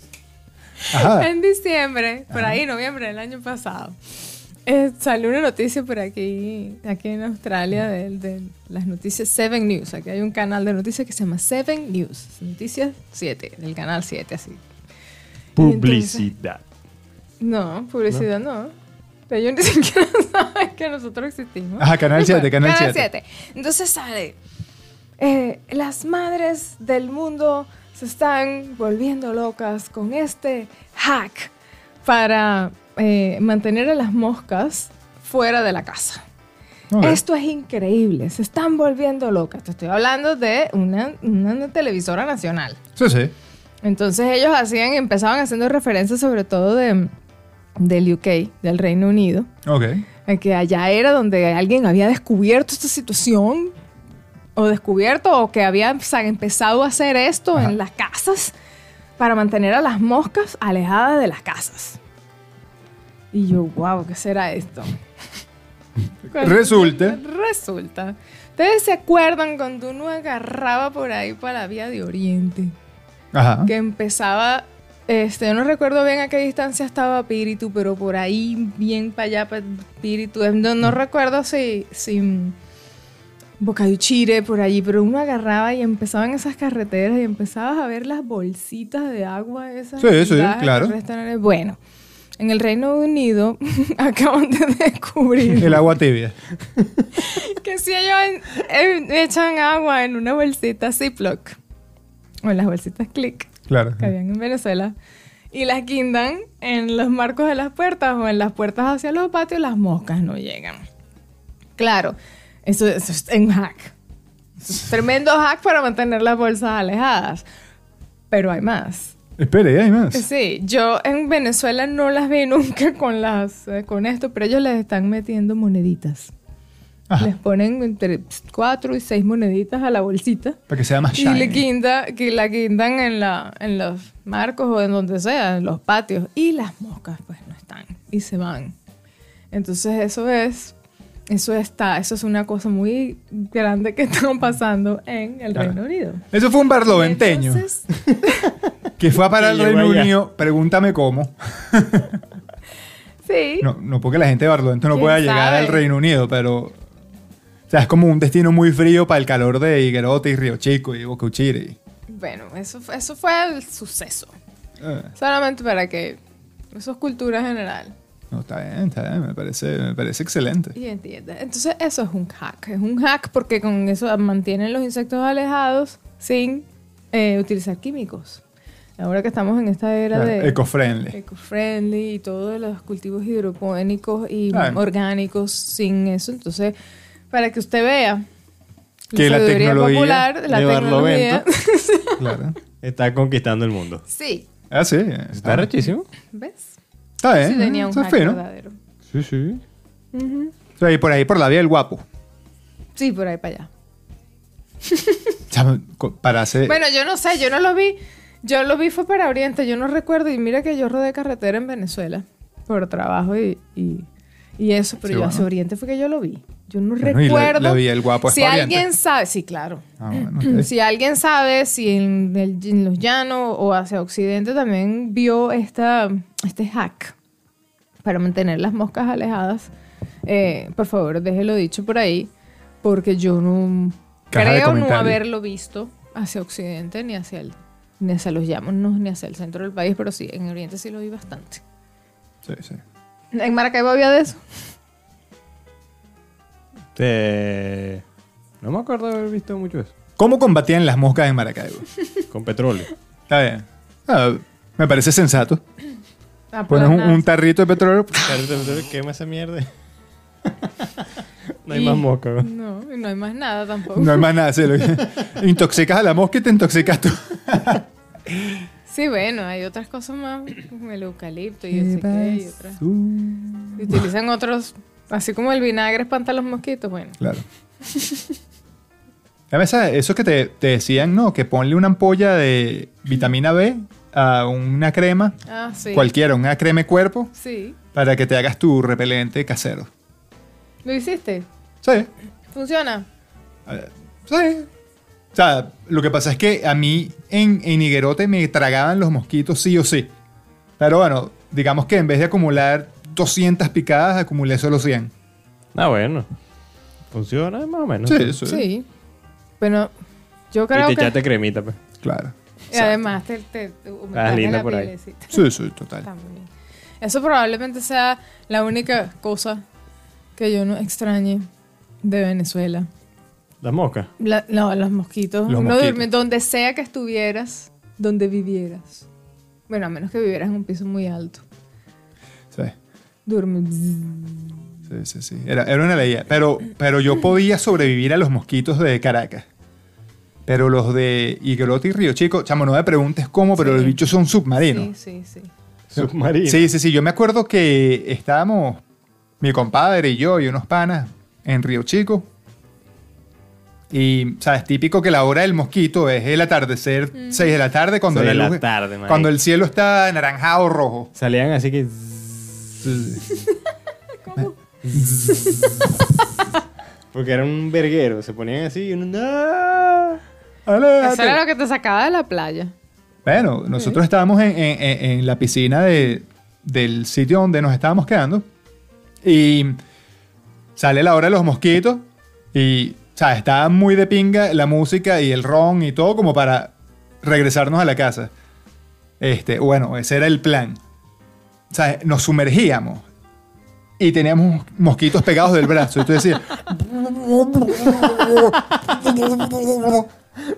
Speaker 2: Ajá.
Speaker 3: Ah.
Speaker 1: En diciembre, por ahí, noviembre del año pasado, eh, salió una noticia por aquí, aquí en Australia, de, de las noticias Seven News. Aquí hay un canal de noticias que se llama Seven News, Noticias 7, del canal 7, así.
Speaker 3: Publicidad.
Speaker 1: No, publicidad no. Ellos ni siquiera saben que nosotros existimos.
Speaker 2: Ajá, Canal 7, Canal 7.
Speaker 1: Entonces sale. eh, las madres del mundo se están volviendo locas con este hack para eh, mantener a las moscas fuera de la casa.
Speaker 2: Ok.
Speaker 1: Esto es increíble, se están volviendo locas. Te estoy hablando de una- una televisora nacional.
Speaker 2: Sí, sí.
Speaker 1: Entonces ellos hacían, empezaban haciendo referencias sobre todo de, del UK, del Reino Unido,
Speaker 2: Ok.
Speaker 1: a que allá era donde alguien había descubierto esta situación, o descubierto, o que había empe- empezado a hacer esto
Speaker 2: Ajá.
Speaker 1: en las casas para mantener a las moscas alejadas de las casas. Y yo, wow, ¿qué será esto?
Speaker 2: Resulta.
Speaker 1: Resulta. ¿Ustedes se acuerdan cuando uno agarraba por ahí para la vía de Oriente?
Speaker 2: Ajá.
Speaker 1: que empezaba, este, yo no recuerdo bien a qué distancia estaba Piritu, pero por ahí, bien para allá, pa- Piritu, eh, no, no recuerdo si, si mm, Bocayuchire, por allí, pero uno agarraba y empezaban esas carreteras y empezabas a ver las bolsitas de agua esas.
Speaker 2: Sí, sí,
Speaker 1: gigantes,
Speaker 2: claro.
Speaker 1: restaurantes. Bueno, en el Reino Unido acaban de descubrir
Speaker 2: El agua tibia.
Speaker 1: que si ellos en- en- echan agua en una bolsita Ziploc, o en las bolsitas Click,
Speaker 2: Claro.
Speaker 1: que habían en Venezuela. Y las guindan en los marcos de las puertas o en las puertas hacia los patios, las moscas no llegan. Claro, eso, eso es un hack. Eso es tremendo hack para mantener las bolsas alejadas. Pero hay más.
Speaker 2: Espere, hay más.
Speaker 1: Sí, yo en Venezuela no las vi nunca con, las, eh, con esto, pero ellos les están metiendo moneditas
Speaker 2: Ajá.
Speaker 1: Les ponen entre cuatro y seis moneditas a la bolsita.
Speaker 2: Para que sea más
Speaker 1: Y le
Speaker 2: shiny.
Speaker 1: quinta, que la quintan en, la, en los marcos o en donde sea, en los patios. Y las moscas, pues, no están. Y se van. Entonces, eso es. Eso está. Eso es una cosa muy grande que está pasando en el
Speaker 2: Claro.
Speaker 1: Reino Unido.
Speaker 2: Eso fue un barloventeño
Speaker 1: Entonces,
Speaker 2: que fue a parar
Speaker 3: Que
Speaker 2: al
Speaker 3: llegó
Speaker 2: Reino
Speaker 3: allá.
Speaker 2: Unido. Pregúntame cómo.
Speaker 1: sí.
Speaker 2: No, no porque la gente de Barlovento no
Speaker 1: ¿Quién
Speaker 2: pueda llegar
Speaker 1: sabe?
Speaker 2: al Reino Unido, pero. O sea, es como un destino muy frío para el calor de Higuerote y Río Chico y Boca Uchiri.
Speaker 1: Bueno, eso, fue- eso fue el suceso.
Speaker 2: Eh,
Speaker 1: Solamente para que. Eso es cultura general.
Speaker 2: no, está bien, está bien, me parece, me parece excelente.
Speaker 1: Y entiende. Entonces, eso es un hack. Es un hack porque con eso mantienen los insectos alejados sin eh, utilizar químicos. Ahora que estamos en esta era
Speaker 2: Claro,
Speaker 1: de
Speaker 2: Eco-friendly.
Speaker 1: eco-friendly y todos los cultivos hidropónicos y
Speaker 2: Claro.
Speaker 1: orgánicos sin eso, entonces, para que usted vea
Speaker 2: Que la
Speaker 1: sabiduría
Speaker 2: tecnología
Speaker 1: popular, la
Speaker 3: de
Speaker 1: tecnología.
Speaker 2: Claro.
Speaker 3: Está conquistando el mundo.
Speaker 1: sí,
Speaker 2: Ah, sí.
Speaker 3: Está rechísimo.
Speaker 1: ¿ves?
Speaker 2: Está bien.
Speaker 1: sí tenía un
Speaker 2: está
Speaker 1: hack
Speaker 2: Eh, fino.
Speaker 1: verdadero.
Speaker 3: Sí, sí.
Speaker 1: Ujú.
Speaker 2: O sea, y por ahí, por la vía del guapo.
Speaker 1: Sí, por ahí para allá.
Speaker 2: Chamo, co- Para hacer.
Speaker 1: Bueno, yo no sé, yo no lo vi. Yo lo vi fue para Oriente, yo no recuerdo. Y mira que yo rodé carretera en Venezuela por trabajo y, y- y eso, pero
Speaker 2: Sí,
Speaker 1: yo
Speaker 2: bueno.
Speaker 1: hacia Oriente fue que yo lo vi. Yo no
Speaker 2: Bueno, y la-
Speaker 1: recuerdo.
Speaker 2: la Vía del Guapo es
Speaker 1: si
Speaker 2: para Oriente.
Speaker 1: alguien sabe, sí, claro.
Speaker 2: Ah, bueno, ok.
Speaker 1: Si alguien sabe si en, el- en los llanos o hacia Occidente también vio esta, este hack para mantener las moscas alejadas, eh, por favor déjelo dicho por ahí, porque yo no
Speaker 2: Caja de
Speaker 1: creo no
Speaker 2: comentarios.
Speaker 1: haberlo visto hacia Occidente ni hacia el ni hacia los llanos no, ni hacia el centro del país, pero sí, en Oriente sí lo vi bastante.
Speaker 2: Sí, sí.
Speaker 1: ¿En Maracaibo había de eso?
Speaker 3: Te- No me acuerdo de haber visto mucho eso.
Speaker 2: ¿Cómo combatían las moscas en Maracaibo?
Speaker 3: Con petróleo.
Speaker 2: Está bien. Ah, me parece sensato.
Speaker 1: Ah, pues
Speaker 2: Pones un,
Speaker 1: nada.
Speaker 2: un tarrito de petróleo.
Speaker 3: Carrito de petróleo, quema esa mierda. no hay
Speaker 1: Y-
Speaker 3: más mosca. güey.
Speaker 1: No, y no hay más nada tampoco.
Speaker 2: No hay más nada. sí, lo- intoxicas a la mosca y te intoxicas tú.
Speaker 1: Sí, bueno, hay otras cosas más, como el eucalipto y yo sé qué, y otras.
Speaker 2: Uh,
Speaker 1: Y utilizan otros, así como el vinagre espanta los mosquitos, bueno.
Speaker 2: Claro. Dame esa- Eso que te, te decían, no, que ponle una ampolla de vitamina B a una crema,
Speaker 1: Ah, sí.
Speaker 2: cualquiera, una crema de cuerpo,
Speaker 1: Sí.
Speaker 2: para que te hagas tu repelente casero.
Speaker 1: ¿Lo hiciste?
Speaker 2: Sí.
Speaker 1: ¿Funciona?
Speaker 2: Eh, Sí. O sea, lo que pasa es que a mí en, en Higuerote me tragaban los mosquitos sí o sí. Pero bueno, digamos que en vez de acumular 200 picadas, acumulé solo 100.
Speaker 3: Ah, bueno. Funciona más o menos.
Speaker 2: Sí, sí.
Speaker 1: Sí. Bueno, yo creo
Speaker 3: y te
Speaker 1: que...
Speaker 3: echaste cremita, pues.
Speaker 2: Claro.
Speaker 1: Y además te, te, te humectas
Speaker 3: linda
Speaker 1: la
Speaker 3: por ahí.
Speaker 1: pielecita.
Speaker 2: Sí, sí, total.
Speaker 1: También. Eso probablemente sea la única cosa que yo no extrañe de Venezuela.
Speaker 3: Las moscas.
Speaker 1: La- no, los mosquitos.
Speaker 2: Los
Speaker 1: Uno
Speaker 2: mosquitos.
Speaker 1: duerme donde sea que estuvieras, donde vivieras. Bueno, a menos que vivieras en un piso muy alto.
Speaker 2: Sí,
Speaker 1: Duerme. bzzz.
Speaker 2: sí, sí. sí. Era, era una ley. Pero, pero
Speaker 1: Mm.
Speaker 2: yo podía sobrevivir a los mosquitos de Caracas. Pero los de Higuerote y Río Chico, chamo, no me preguntes cómo, pero
Speaker 1: Sí.
Speaker 2: los bichos son submarinos.
Speaker 1: Sí, sí, sí.
Speaker 3: Submarino.
Speaker 2: Sí, sí, sí. Yo me acuerdo que estábamos, mi compadre y yo y unos panas en Río Chico. Y, ¿sabes? Típico que la hora del mosquito es el atardecer,
Speaker 1: Mm.
Speaker 2: 6 de la tarde, cuando,
Speaker 3: Seis
Speaker 2: la
Speaker 3: de la
Speaker 2: luz-
Speaker 3: tarde, marico.
Speaker 2: cuando el cielo está anaranjado o rojo.
Speaker 3: Salían así que. Porque era un verguero. Se ponían así y uno. ¡No!
Speaker 1: Eso era lo que te sacaba de la playa.
Speaker 2: Bueno, nosotros estábamos en, en- en- en la piscina de- del sitio donde nos estábamos quedando. Y sale la hora de los mosquitos. Y, o sea, estaba muy de pinga la música y el ron y todo como para regresarnos a la casa. Este, bueno, ese era el plan. O sea, nos sumergíamos. Y teníamos mosquitos pegados del brazo. Y tú decías...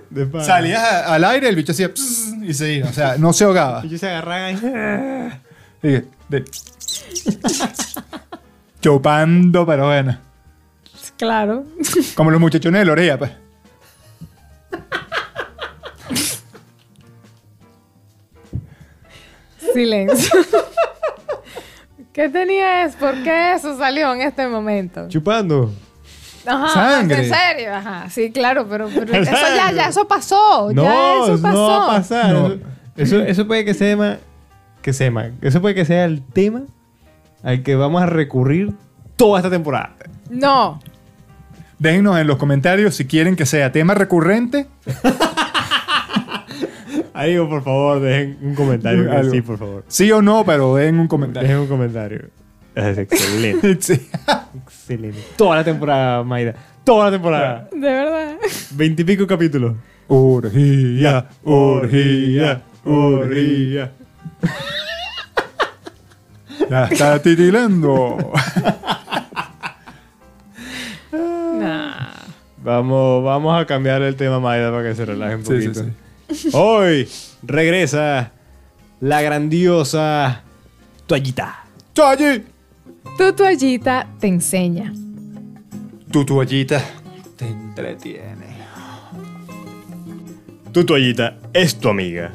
Speaker 3: De pana.
Speaker 2: Salías a- al aire, el bicho hacía... pss, Y se iba. O sea, no se ahogaba.
Speaker 3: Y yo se agarraba y.
Speaker 2: Y que, de- Chupando, pero bueno.
Speaker 1: Claro.
Speaker 2: Como los muchachones de Lorea, pues.
Speaker 1: Silencio. ¿Qué tenías? ¿Por qué eso salió en este momento?
Speaker 3: Chupando.
Speaker 1: Ajá,
Speaker 2: Sangre.
Speaker 1: pues, En serio, ajá. Sí, claro, pero, pero eso ya, ya eso pasó. ya
Speaker 3: No,
Speaker 1: eso pasó.
Speaker 3: no va a pasar.
Speaker 2: No.
Speaker 3: Eso, eso puede que sea ma- que sea ma- Eso puede que sea el tema al que vamos a recurrir toda esta temporada.
Speaker 1: No.
Speaker 2: Déjennos en los comentarios si quieren que sea tema recurrente.
Speaker 3: Arigo, por favor, dejen un comentario.
Speaker 2: Algo.
Speaker 3: Sí, por favor.
Speaker 2: Sí o no, pero den un comentario.
Speaker 3: Dejen un comentario. Es excelente.
Speaker 2: Sí.
Speaker 3: excelente. Toda la temporada, Mayra. Toda la temporada.
Speaker 1: De verdad.
Speaker 3: Veintipico capítulos.
Speaker 2: Orgía, orgía, orgía. Ya está titilando.
Speaker 1: Nah.
Speaker 3: Vamos, vamos a cambiar el tema, Maida, para que se relaje un
Speaker 2: Sí, sí,
Speaker 3: poquito. Hoy regresa la grandiosa toallita.
Speaker 2: ¡Toallí!
Speaker 1: Tu toallita te enseña.
Speaker 2: Tu toallita te entretiene.
Speaker 3: Tu toallita es tu amiga.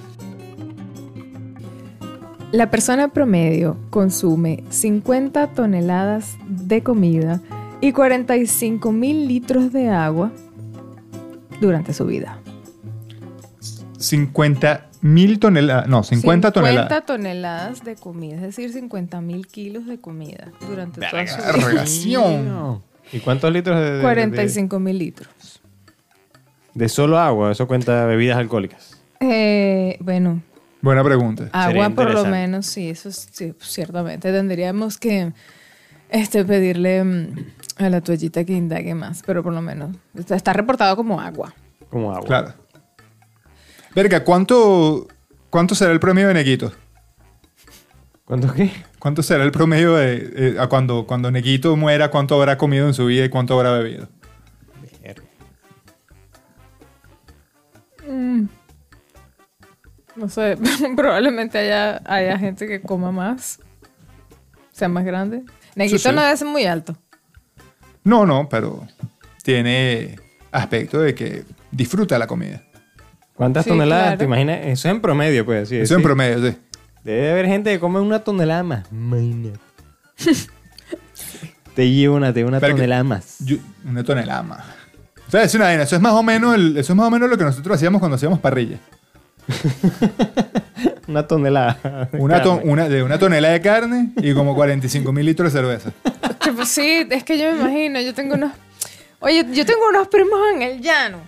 Speaker 1: La persona promedio consume 50 toneladas de comida y 45 mil litros de agua durante su vida.
Speaker 2: 50 mil toneladas. No, 50, toneladas.
Speaker 1: toneladas de comida, es decir, 50 mil kilos de comida durante toda su vida.
Speaker 2: Relación.
Speaker 3: ¿Y cuántos litros de, de-
Speaker 1: 45 mil litros.
Speaker 3: de- de solo agua? Eso cuenta bebidas alcohólicas.
Speaker 1: Eh, bueno,
Speaker 2: Buena pregunta.
Speaker 1: agua por lo
Speaker 3: interesante.
Speaker 1: menos, sí, eso es, sí, ciertamente. Tendríamos que este, pedirle mm, a la toallita que indague más, pero por lo menos está, está reportado como agua.
Speaker 3: Como agua.
Speaker 2: Claro. Verga, ¿cuánto, ¿cuánto será el promedio de Neguito?
Speaker 3: ¿Cuántos qué?
Speaker 2: ¿Cuánto será el promedio de eh, a cuando, cuando Neguito muera? ¿Cuánto habrá comido en su vida y cuánto habrá bebido?
Speaker 1: No sé, probablemente haya, haya gente que coma más, sea más grande. Neguito
Speaker 2: Sí, sí.
Speaker 1: no debe ser muy alto.
Speaker 2: No, no, pero tiene aspecto de que disfruta la comida.
Speaker 3: ¿Cuántas
Speaker 1: Sí,
Speaker 3: toneladas?
Speaker 1: claro.
Speaker 3: ¿Te imaginas? Eso es en promedio, pues. Sí,
Speaker 2: Eso en promedio, sí.
Speaker 3: Debe haber gente que come una tonelada más. Imagínate. te llevo una, te llevo una
Speaker 2: Pero que-
Speaker 3: tonelada más.
Speaker 2: Yo- una tonelada más. O sea, es una vaina, Eso es más o menos el- eso es más o menos lo que nosotros hacíamos cuando hacíamos parrilla.
Speaker 3: Una tonelada.
Speaker 2: Una, ton- una- de una tonelada de carne y como 45 mil litros de cerveza.
Speaker 1: Que, pues, sí, es que yo me imagino, yo tengo unos... Oye, yo tengo unos primos en el llano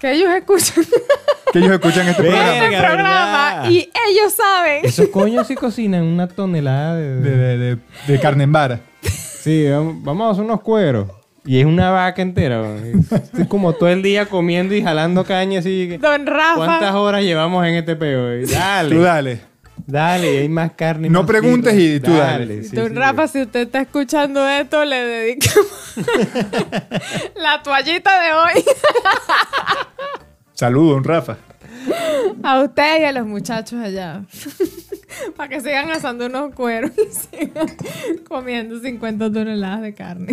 Speaker 1: que ellos escuchan
Speaker 2: Que ellos escuchan este
Speaker 1: este
Speaker 2: programa.
Speaker 3: Verga,
Speaker 1: programa
Speaker 3: ¿verdad?
Speaker 1: y ellos saben.
Speaker 3: Esos coños sí cocinan una tonelada de...
Speaker 2: De, de- de- de carne en vara.
Speaker 3: Sí, vam- vamos a hacer unos cueros. Y es una vaca entera. weón. Es como todo el día comiendo y jalando cañas y...
Speaker 1: Don Rafa.
Speaker 3: ¿Cuántas horas llevamos en este peo? weón? Dale.
Speaker 2: Tú dale.
Speaker 3: Dale, hay más carne.
Speaker 2: No
Speaker 3: más
Speaker 2: preguntes
Speaker 3: tiro.
Speaker 2: y tú dale.
Speaker 3: sí,
Speaker 1: Don
Speaker 3: sí.
Speaker 1: Rafa, si usted está escuchando esto, le dedicamos la toallita de hoy
Speaker 2: Saludos, un Rafa.
Speaker 1: a usted y a los muchachos allá. Para que sigan asando unos cueros y sigan comiendo 50 toneladas de carne.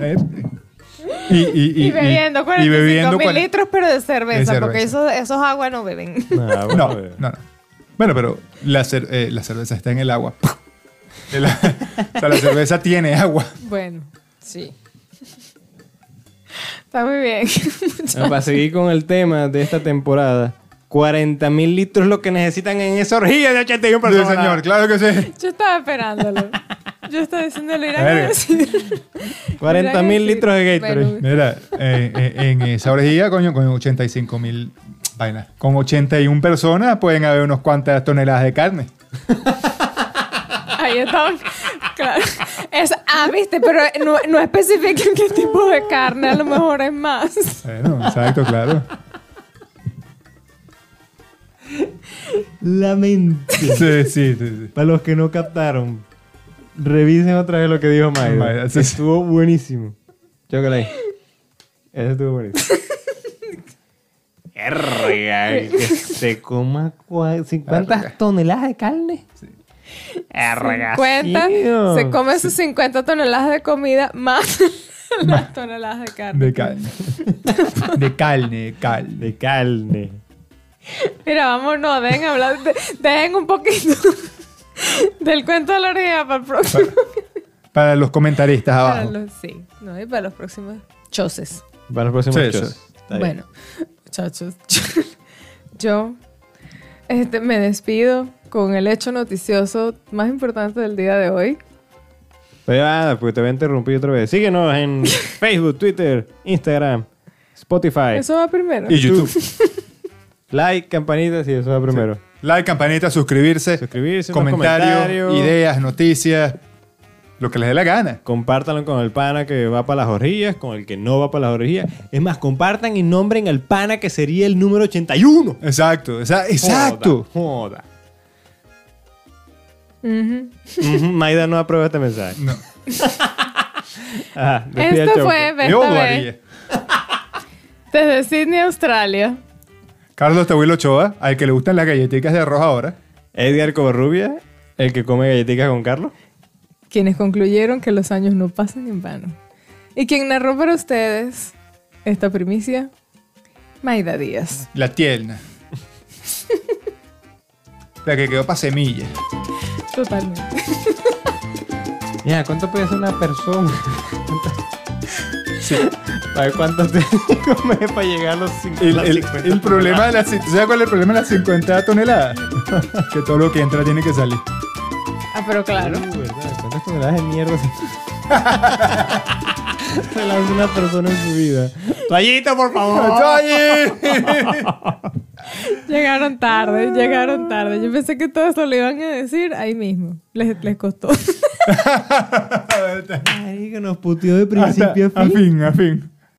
Speaker 2: Eh, Y, y- y-
Speaker 1: Y,
Speaker 2: y-
Speaker 1: bebiendo
Speaker 2: y
Speaker 1: 45
Speaker 2: bebiendo
Speaker 1: mil
Speaker 2: cuare-
Speaker 1: litros, pero de cerveza,
Speaker 2: De cerveza.
Speaker 1: porque esos, esos aguas no beben.
Speaker 3: No,
Speaker 2: No,
Speaker 3: Ah, bueno,
Speaker 2: no, no. Bueno, pero la, cer- eh, la cerveza está en el agua. El- o sea, la cerveza tiene agua.
Speaker 1: Bueno, sí. Está muy bien.
Speaker 3: Bueno, para seguir con el tema de esta temporada, 40 mil litros lo que necesitan en esa orgía de 81
Speaker 2: Sí,
Speaker 3: personas.
Speaker 2: señor, claro que sí.
Speaker 1: Yo estaba esperándolo. Yo estaba diciéndole, irán a
Speaker 2: Verga.
Speaker 1: decir.
Speaker 3: 40 mil litros de Gatorade.
Speaker 1: Bueno.
Speaker 2: Mira, eh, eh, en esa orejía, coño, con 85 mil vainas. Con 81 personas pueden haber unos cuantas toneladas de carne.
Speaker 1: Ahí está. Claro. Es, ah, viste, pero no, no especifican qué tipo de carne, a lo mejor es más.
Speaker 2: Bueno, exacto, claro.
Speaker 3: Lamento.
Speaker 2: Sí, sí, sí. sí.
Speaker 3: Para los que no captaron, revisen otra vez lo que dijo Mayra.
Speaker 2: Mayra, sí, sí.
Speaker 3: Estuvo buenísimo. Chócala ahí. Eso estuvo buenísimo. Erga, que se coma cua- 50 toneladas de carne. Erga.
Speaker 1: 50,
Speaker 3: tío.
Speaker 1: se come sus 50 toneladas de comida más las toneladas de carne.
Speaker 2: De carne. De carne, de carne.
Speaker 3: de carne.
Speaker 1: Mira, vámonos, dejen hablar, de- dejen un poquito del cuento de la oreja para el próximo.
Speaker 2: Para los comentaristas
Speaker 1: Para
Speaker 2: abajo.
Speaker 1: los, sí, no, y para los próximos choses.
Speaker 3: Para los próximos
Speaker 2: Sí,
Speaker 3: shows.
Speaker 2: sí.
Speaker 3: Está bien.
Speaker 1: Bueno, muchachos, yo este, me despido con el hecho noticioso más importante del día de hoy.
Speaker 3: Pero ya, porque te voy a interrumpir otra vez. Síguenos en Facebook, Twitter, Instagram, Spotify.
Speaker 1: Eso va primero.
Speaker 2: Y YouTube.
Speaker 3: Like, campanitas y eso va primero.
Speaker 2: Like, campanita, suscribirse.
Speaker 3: Suscribirse,
Speaker 2: comentario,
Speaker 3: comentarios.
Speaker 2: ideas, noticias. Lo que les dé la gana.
Speaker 3: Compártanlo con el pana que va para las orillas, con el que no va para las orillas. Es más, compartan y nombren al pana que sería el número 81.
Speaker 2: Exacto, exa- exacto.
Speaker 3: Joda. joda.
Speaker 1: Ujú.
Speaker 3: Ujú, Maida no aprueba este mensaje.
Speaker 2: No.
Speaker 3: Ajá, despide al
Speaker 1: Esto
Speaker 3: Choco.
Speaker 1: fue
Speaker 2: Yo lo
Speaker 1: Besta
Speaker 2: haría.
Speaker 1: B, desde Sydney, Australia.
Speaker 2: Carlos Tabuelo Ochoa, al que le gustan las galletitas de arroz ahora.
Speaker 3: Edgar Covarrubia, el que come galletitas con Carlos.
Speaker 1: quienes concluyeron que los años no pasan en vano. Y quien narró para ustedes esta primicia, Maida Díaz.
Speaker 2: La tierna. la que quedó para semilla.
Speaker 1: Totalmente.
Speaker 3: Ya, ¿cuánto pesa una persona? Sí. A ver cuánto tiene que comer para llegar a los cinco-
Speaker 2: El,
Speaker 3: las
Speaker 2: el-
Speaker 3: 50
Speaker 2: el problema de las... cin- ¿Sabes cuál es el problema de las 50 toneladas? que todo lo que entra tiene que salir.
Speaker 1: Ah, pero claro.
Speaker 3: toneladas. Uh, ¿verdad? ¿Cuántas toneladas de mierda se- se lanza una persona en su vida? Toallita, por favor.
Speaker 1: Llegaron tarde, llegaron tarde. Yo pensé que todo eso lo iban a decir ahí mismo. Les, les costó.
Speaker 3: Ay, que nos puteó de
Speaker 2: Hasta- a fin, a fin.